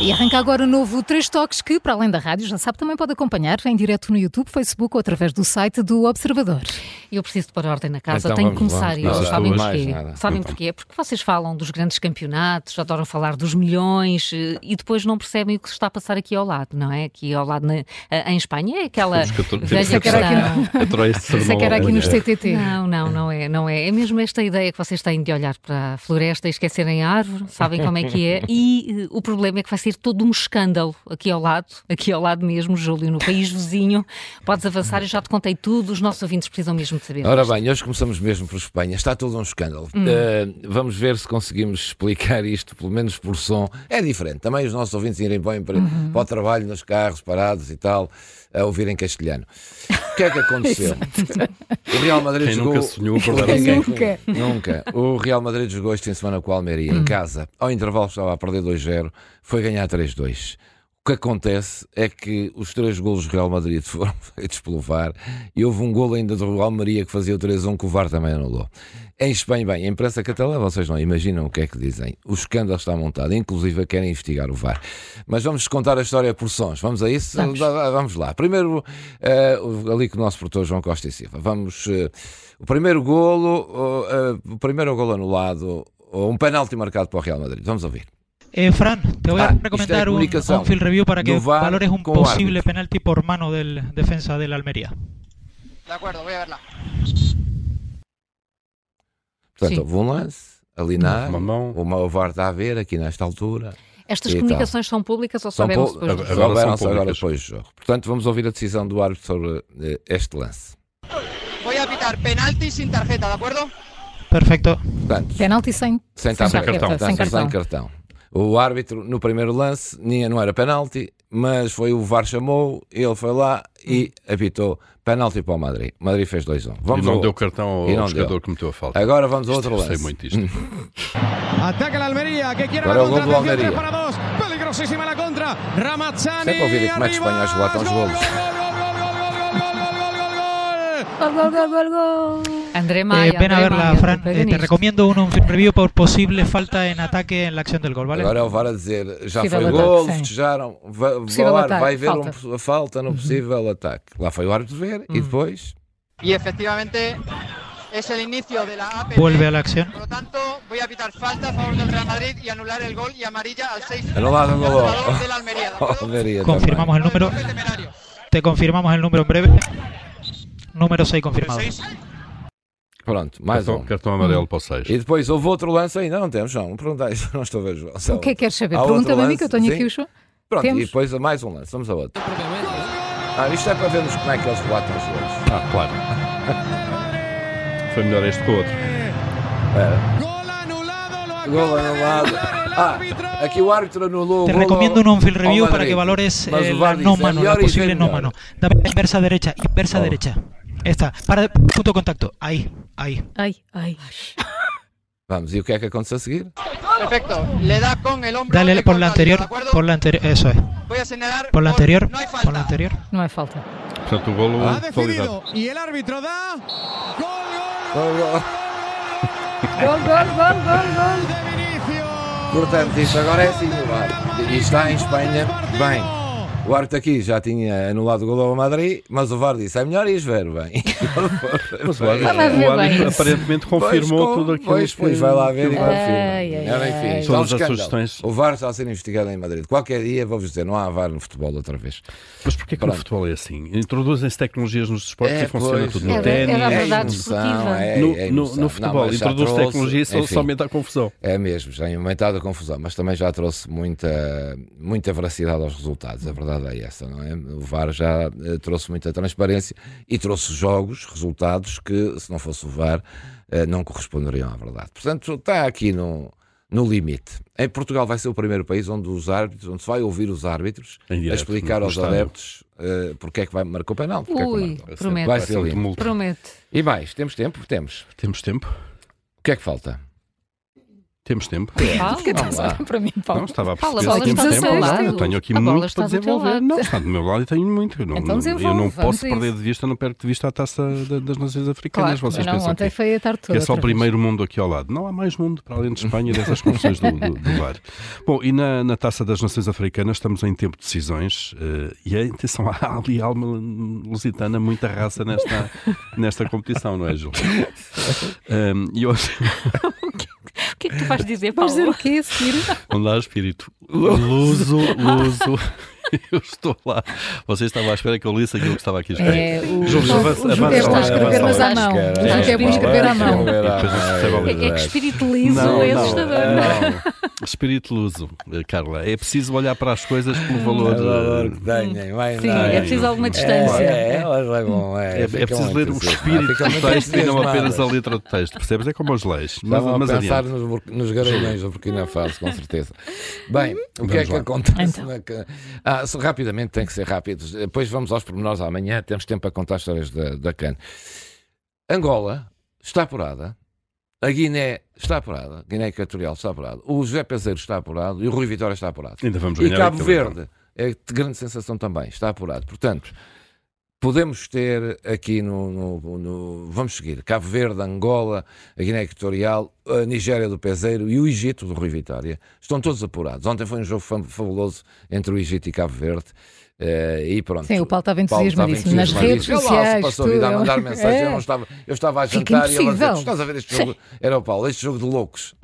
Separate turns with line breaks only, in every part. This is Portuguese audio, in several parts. E arranca agora o novo Três Toques, que, para além da rádio, já sabe, também pode acompanhar em direto no YouTube, Facebook ou através do site do Observador.
Eu preciso de pôr ordem na casa,
Então
tenho que
vamos lá,
começar
as
eu.
coisas
Sabem
tuas.
porquê?
Mais nada.
Sabem
Então.
porquê? Porque vocês falam dos grandes campeonatos, adoram falar dos milhões eh, e depois não percebem o que se está a passar aqui ao lado, não é? Aqui ao lado na- eh, em Espanha é aquela
Os 14
velha
que era aqui
questão.
A Troia de
Pensei que era aqui nos TTT.
Não, não, não é, não é. É mesmo esta ideia que vocês têm de olhar para a floresta e esquecerem a árvore, sabem como é que é. E eh, o problema é que vai ser todo um escândalo aqui ao lado, aqui ao lado mesmo, Júlio, no país vizinho. Podes avançar, eu já te contei tudo, os nossos ouvintes precisam mesmo de saber.
Ora bem, hoje começamos mesmo por Espanha. Está todo um escândalo. Eh, vamos ver se conseguimos explicar isto, pelo menos por som. É diferente. Também os nossos ouvintes irem bem para, para o trabalho, nos carros, parados e tal, a ouvir em castelhano. O que é que aconteceu? o Real Madrid
Quem
jogou...
nunca sonhou acordar
Quem
assim?
Nunca.
Nunca. O Real Madrid jogou este fim de semana com o Almeria, em casa. Ao intervalo estava a perder 2-0, foi ganhar 3-2. O que acontece é que os três golos do Real Madrid foram feitos pelo VAR e houve um golo ainda do Almeria que fazia o 3-1 que o VAR também anulou. Em Espanha, bem, a imprensa catalã, vocês não imaginam o que é que dizem. O escândalo está montado, inclusive querem investigar o VAR. Mas vamos contar a história por sons, vamos a isso?
Vamos.
Ah, Vamos lá. Primeiro, eh, o- ali com o nosso produtor João Costa e Silva. Vamos. eh, o primeiro golo, oh, eh, o primeiro golo anulado, ou um penalti marcado para o Real Madrid. Vamos ouvir.
Eh, Fran, te voy a
Ah, está de
recomendar un,
comunicación.
un field review para que
Nos va
valores un
con
posible
árbitro.
penalti por mano del defensa del Almería.
De acuerdo, voy a verla.
Portanto,
Sim.
houve um lance, ali na área,
Uma mão.
o meu VAR está a ver aqui nesta altura.
Estas
E tal.
comunicações são públicas ou
São pou-
souberam-se depois?
Agora-
disso?
são
souberam-se agora
públicas.
depois do jogo. Portanto, vamos ouvir a decisão do árbitro sobre eh, este lance.
Voy a pitar penalti sin tarjeta, ¿de acuerdo?
Perfecto. Eh,
Portanto,
Penalti sem.
Sem tarjeta,
tarjeta,
portanto,
sem
sem
cartão.
cartão. O árbitro, no primeiro lance, nem- não era penalti, mas foi o VAR chamou, ele foi lá e
Hum.
apitou penalti para o Madrid. O Madrid fez 2-1.
E
Vamos
não
ao-
deu cartão ao
E não deu.
jogador que meteu a falta.
Agora vamos a outro
Eu sei
lance.
muito isto.
Ataca la Almería, que quiere
Ahora
la
el gol
contra,
é de
atención,
Almería.
tres para dos, peligrosísima la contra, Ramazzani,
Sempre ouvi como é que os
arriba,
espanhóis relatam os
gol,
golos.
gol, gol, gol, gol, gol, gol, gol, gol, gol, gol.
André
Eh,
Maia.
É
ven a
André
verla,
Maia,
Fran.
pega
Eh, te
nisto.
recomiendo uno, un field review por posible falta en ataque en la acción del gol, ¿vale?
Agora é o VAR a dizer, já
Possível
foi
ataque,
gol,
sim.
festejaram, va-
Possível
VAR,
ataque,
vai ver um-
falta. Uhum.
a falta no possível ataque. Lá foi o árbitro ver e depois...
Y efectivamente es el inicio de la APB.
Vuelve a la acción.
Por lo tanto, voy a pitar falta a favor del Real Madrid y anular el gol y amarilla al 6
Anulado o
al
gol.
jugador del Almería, ¿de acuerdo?
Almeria também.
Confirmamos el número.
Errores temerarios.
Te confirmamos el número en breve. Número 6 confirmado.
Pronto, mais
Cartão,
um.
cartão amarelo para o 6.
E depois houve outro lance ainda, não temos, não. Pergunta aí, não estou a ver, João. Só
O que é que queres saber?
Há outro
Pergunta-me a mim que eu
lance?
tenho
Sim.
aqui o show.
Pronto,
Temos? é
e depois mais um lance, vamos a outro. Ah, isto é para vermos como é que eles relatam os gols.
Ah, claro. Foi melhor este que o outro.
Gol anulado, lo acaba
Gol
de
anulado.
anular el
Ah,
árbitro.
aqui o árbitro anulou
Te
o gol
recomiendo
ao-
un on-field
ao
review para
Madrid.
que valores
Mas
eh,
o
la
VAR
no
diz, é
mano, la
melhor e
posible
vê
no
melhor.
mano. Dame inversa derecha, inversa
Oh.
derecha. Esta, para punto de contacto. Ahí, ahí.
Ai, ai.
Vamos, e o que é que acontece a seguir?
Perfecto. Le da con el hombro.
Dale
de
por la
contacto,
anterior,
¿de acuerdo?
por la anterior, eso es.
Voy a señalar.
Por la
gol.
anterior,
No hay falta.
por la anterior.
Não é falta.
Portanto, o golo
Ha
totalizado.
decidido y el árbitro da gol, gol,
Gol, gol.
gol de Vinicius.
Portanto, isto agora é assim o VAR. E está em Espanha, bem. O árbitro aqui já tinha anulado o gol ao Madrid, mas o VAR disse, é melhor ires ver, bem.
Mas o árbitro,
Estava a ver
o árbitro
bem isso.
aparentemente confirmou
Pois,
tudo
com-
aquilo
Pois,
que-
pois, vai lá ver e
que-
confirma.
Ai, ai,
Ora,
ai.
enfim, está um
Todas as
escândalo.
sugestões.
O VAR está a ser investigado em Madrid. Qualquer dia, vou-vos dizer, não há VAR no futebol outra vez.
Mas porquê que
Pronto.
o futebol é assim? Introduzem-se tecnologias nos desportos
É,
e funciona
pois.
tudo. No
Era- era
ténis,
a
É
verdade
emoção,
esportiva.
é-
no,
é
no-
emoção.
no
Não,
futebol,
mas já
introduz
trouxe,
tecnologia e só,
enfim.
só aumenta a confusão.
É mesmo, já em aumentado a confusão, mas também já trouxe muita, muita veracidade aos resultados. A verdade é essa, não é? O VAR já eh, trouxe muita transparência e trouxe jogos, resultados que, se não fosse o VAR, eh, não corresponderiam à verdade. Portanto, está aqui num, no limite. Em Portugal vai ser o primeiro país onde os árbitros, onde se vai ouvir os árbitros
Em direto,
a explicar
no
aos
estádio.
adeptos eh, porque é que vai marcar o penal. Porque é que
Ui,
marcou.
Vai ser-
promete.
Vai ser
muito
lindo.
multo.
Promete.
E mais, temos tempo? Temos.
Temos tempo?
O que é que falta?
Temos tempo.
Fala.
Vamos lá.
para mim,
Não,
Paulo.
estava a
Fala,
perceber
a
que
bola está
temos
do
tempo.
teu
Eu
lado.
tenho aqui
A bola
muito
está
para
do teu
desenvolver.
lado.
Não, está do meu lado e tenho muito. Eu não,
Então
não- eu
desenvolve,
não
vamos
posso
a
perder
isso.
de vista, não perco de vista a taça da- das nações africanas.
Claro,
Vocês
Não,
pensam
ontem
que,
foi a tarde
que
toda.
é só o
outra vez.
primeiro mundo aqui ao lado. Não há mais mundo para além de Espanha e dessas confusões do, do, do VAR. Bom, e na, na taça das nações africanas estamos em tempo de decisões eh, e a intenção há ali há uma lusitana, muita raça nesta, nesta competição, não é, Gil? Ehm, e hoje.
O que é que tu vais dizer,
Vais dizer
Paulo?
o quê a seguir?
Onde há espírito. Luso, luso. Eu estou lá. Vocês estavam à espera que eu lisse aquilo que estava aqui escrito.
É, o
Júlio,
João-
avança,
o Júlio
avança,
está a
avança,
escrever, mas
avança.
à mão.
Acho que
O
era-
Júlio é bom escrever à mão.
Era-
E depois recebe a
É, é que espírito liso
Não,
é
não,
assustador.
não. Espírito luso, eh, Carla. É preciso olhar para as coisas pelo
Hum.
valor.
Era valor
eh,
que tenham, mais
Sim,
nada.
é preciso alguma distância.
É, é, elas levam,
É,
é,
é
ficam
preciso ler o
entusiasmadas,
espírito
ficam
do
muito
texto e não apenas a
entusiasmadas.
letra do texto. Percebes? É como os leis. Mas,
Estavam
mas
a pensar
adiante.
nos, bur- nos garanhões do Burkina Faso, com certeza. Bem, o que é que
lá.
acontece? na ca- Ah, se- rapidamente, tem que ser rápido. Depois vamos aos pormenores amanhã, temos tempo para contar histórias da, da CAN. Angola está apurada, a Guiné está apurada, Guiné Equatorial está apurada, o José Peseiro está apurado e o Rui Vitória está apurado.
Ainda vamos
E
ganhar
Cabo
aquilo,
Verde é de grande sensação também, está apurado. Portanto, podemos ter aqui no. no- no- vamos seguir: Cabo Verde, Angola, a Guiné Equatorial, a Nigéria do Peseiro e o Egito do Rui Vitória. Estão todos apurados. Ontem foi um jogo fam- fabuloso entre o Egito e Cabo Verde. eh, e pronto.
Sim, o Paulo estava
Paulo estava
entusiasmadíssimo nas redes
entusiasmadíssimo. Ele lá se
sociais.
passou a vida a
tudo.
mandar mensagens. Eu,
É.
não estava, eu estava a
Fica
jantar e ele a dizer,
impossível.
"Tu estás a ver este jogo? Era o Paulo, este jogo de loucos.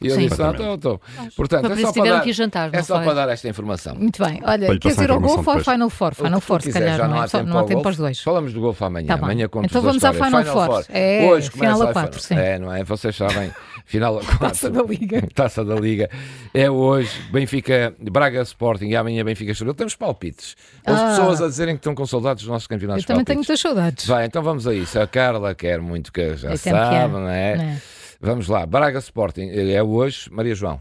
E eu
Sim.
disse, ah, estou, estou. Portanto,
Mas
é
por isso
só para
tiveram
dar,
que ir jantar,
é
não
só
foi?
para dar esta informação.
Muito bem. Olha,
Para lhe
quer
passar
dizer,
a
ao golf
informação
ou ao
depois.
Final Four?
O
Final
que
Four,
tu
se
quiseres,
calhar.
já
não, é? Só- não há
ao
tempo
golfe.
aos dois.
Falamos do golfe amanhã.
Tá bem.
amanhã conto
Então
toda a
vamos ao
história.
Final Four. É,
Hoje
final
começa
a quatro,
Final.
sim.
É, não é? Vocês sabem. Final a 4.
Taça da Liga.
Taça da Liga. É hoje. Benfica, Braga Sporting e amanhã Benfica Estoril. Temos palpites. As
Ah.
pessoas a dizerem que estão com saudades dos nossos campeonatos
Eu também tenho
palpites.
muitas saudades.
Vai, então vamos a isso. A Carla quer muito que já
É tempo que há,
sabe, não é?
não é?
Vamos lá. Braga Sporting. É hoje. Maria João.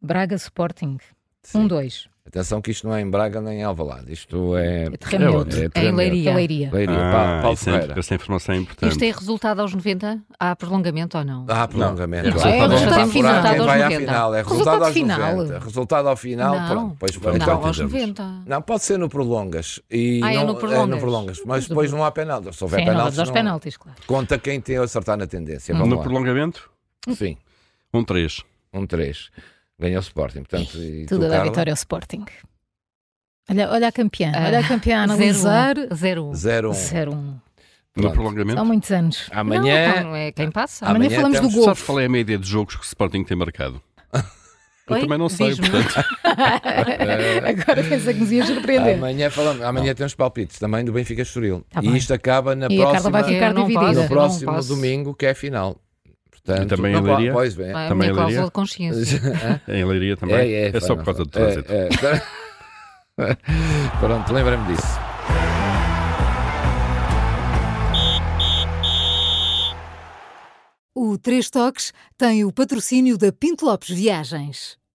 Braga Sporting.
Sim.
1-2.
Atenção que isto não é em Braga nem em Alvalade. Isto é...
É terreno
É
neutro.
onde?
É
Em
Premier.
Leiria.
Leiria.
Leiria.
Ah,
Paulo, Paulo
isso é-
Ferreira.
essa informação é importante.
Isto é resultado aos 90? Há prolongamento ou não?
Ah, prolongamento.
É
Não,
resultado
vamos
ao
apurar
final.
quem
Resultado
vai
aos
à
90.
final. É
Resultado
resultado aos
final.
90. Resultado ao final.
Não.
Pronto, pois
Não,
vai. Então,
não, aos
entendemos.
90.
não, pode ser no prolongas. E
Ah, é
não,
no prolongas.
no prolongas. Mas depois não há penalti. Se houver
Sim, não,
penaltis,
vamos aos
não- é?
penaltis, claro.
conta quem tem a acertar na tendência.
Hum. No
Vamos lá.
prolongamento,
Sim,
um 3.
um 3. Ganha o Sporting. Portanto, e tu,
Tudo da
Carla?
vitória ao Sporting. Olha, olha a campeã.
Ah,
Olha a campeã a analisar.
0-1. 0-1.
0-1.
0-1.
No
Pronto.
prolongamento.
Há muitos anos.
Amanhã.
um. Não, então é quem passa.
Amanhã falamos
temos-
do gol.
Sabes qual é a média de jogos que o Sporting tem marcado? Eu
Oi?
também não sei,
Diz-me.
portanto.
Agora pensa que nos ia surpreender.
Amanhã, falamos, amanhã temos palpites também do Benfica Estoril.
Tá bem.
e isto acaba na
E a Carla
próxima.
vai
Eu
ficar
não posso.
dividida.
no
Eu não
próximo
posso.
domingo, que é a final. Portanto,
E também
não
em
po-
Leiria?
Pois bem.
Ah, a
Também
minha cláusula
Leiria?
de consciência.
Em Leiria também.
É, é,
só
pá,
por causa do
não, é,
trânsito.
é, tá- Pronto, lembra-me disso.
O Três Toques tem o patrocínio da Pinto Lopes Viagens.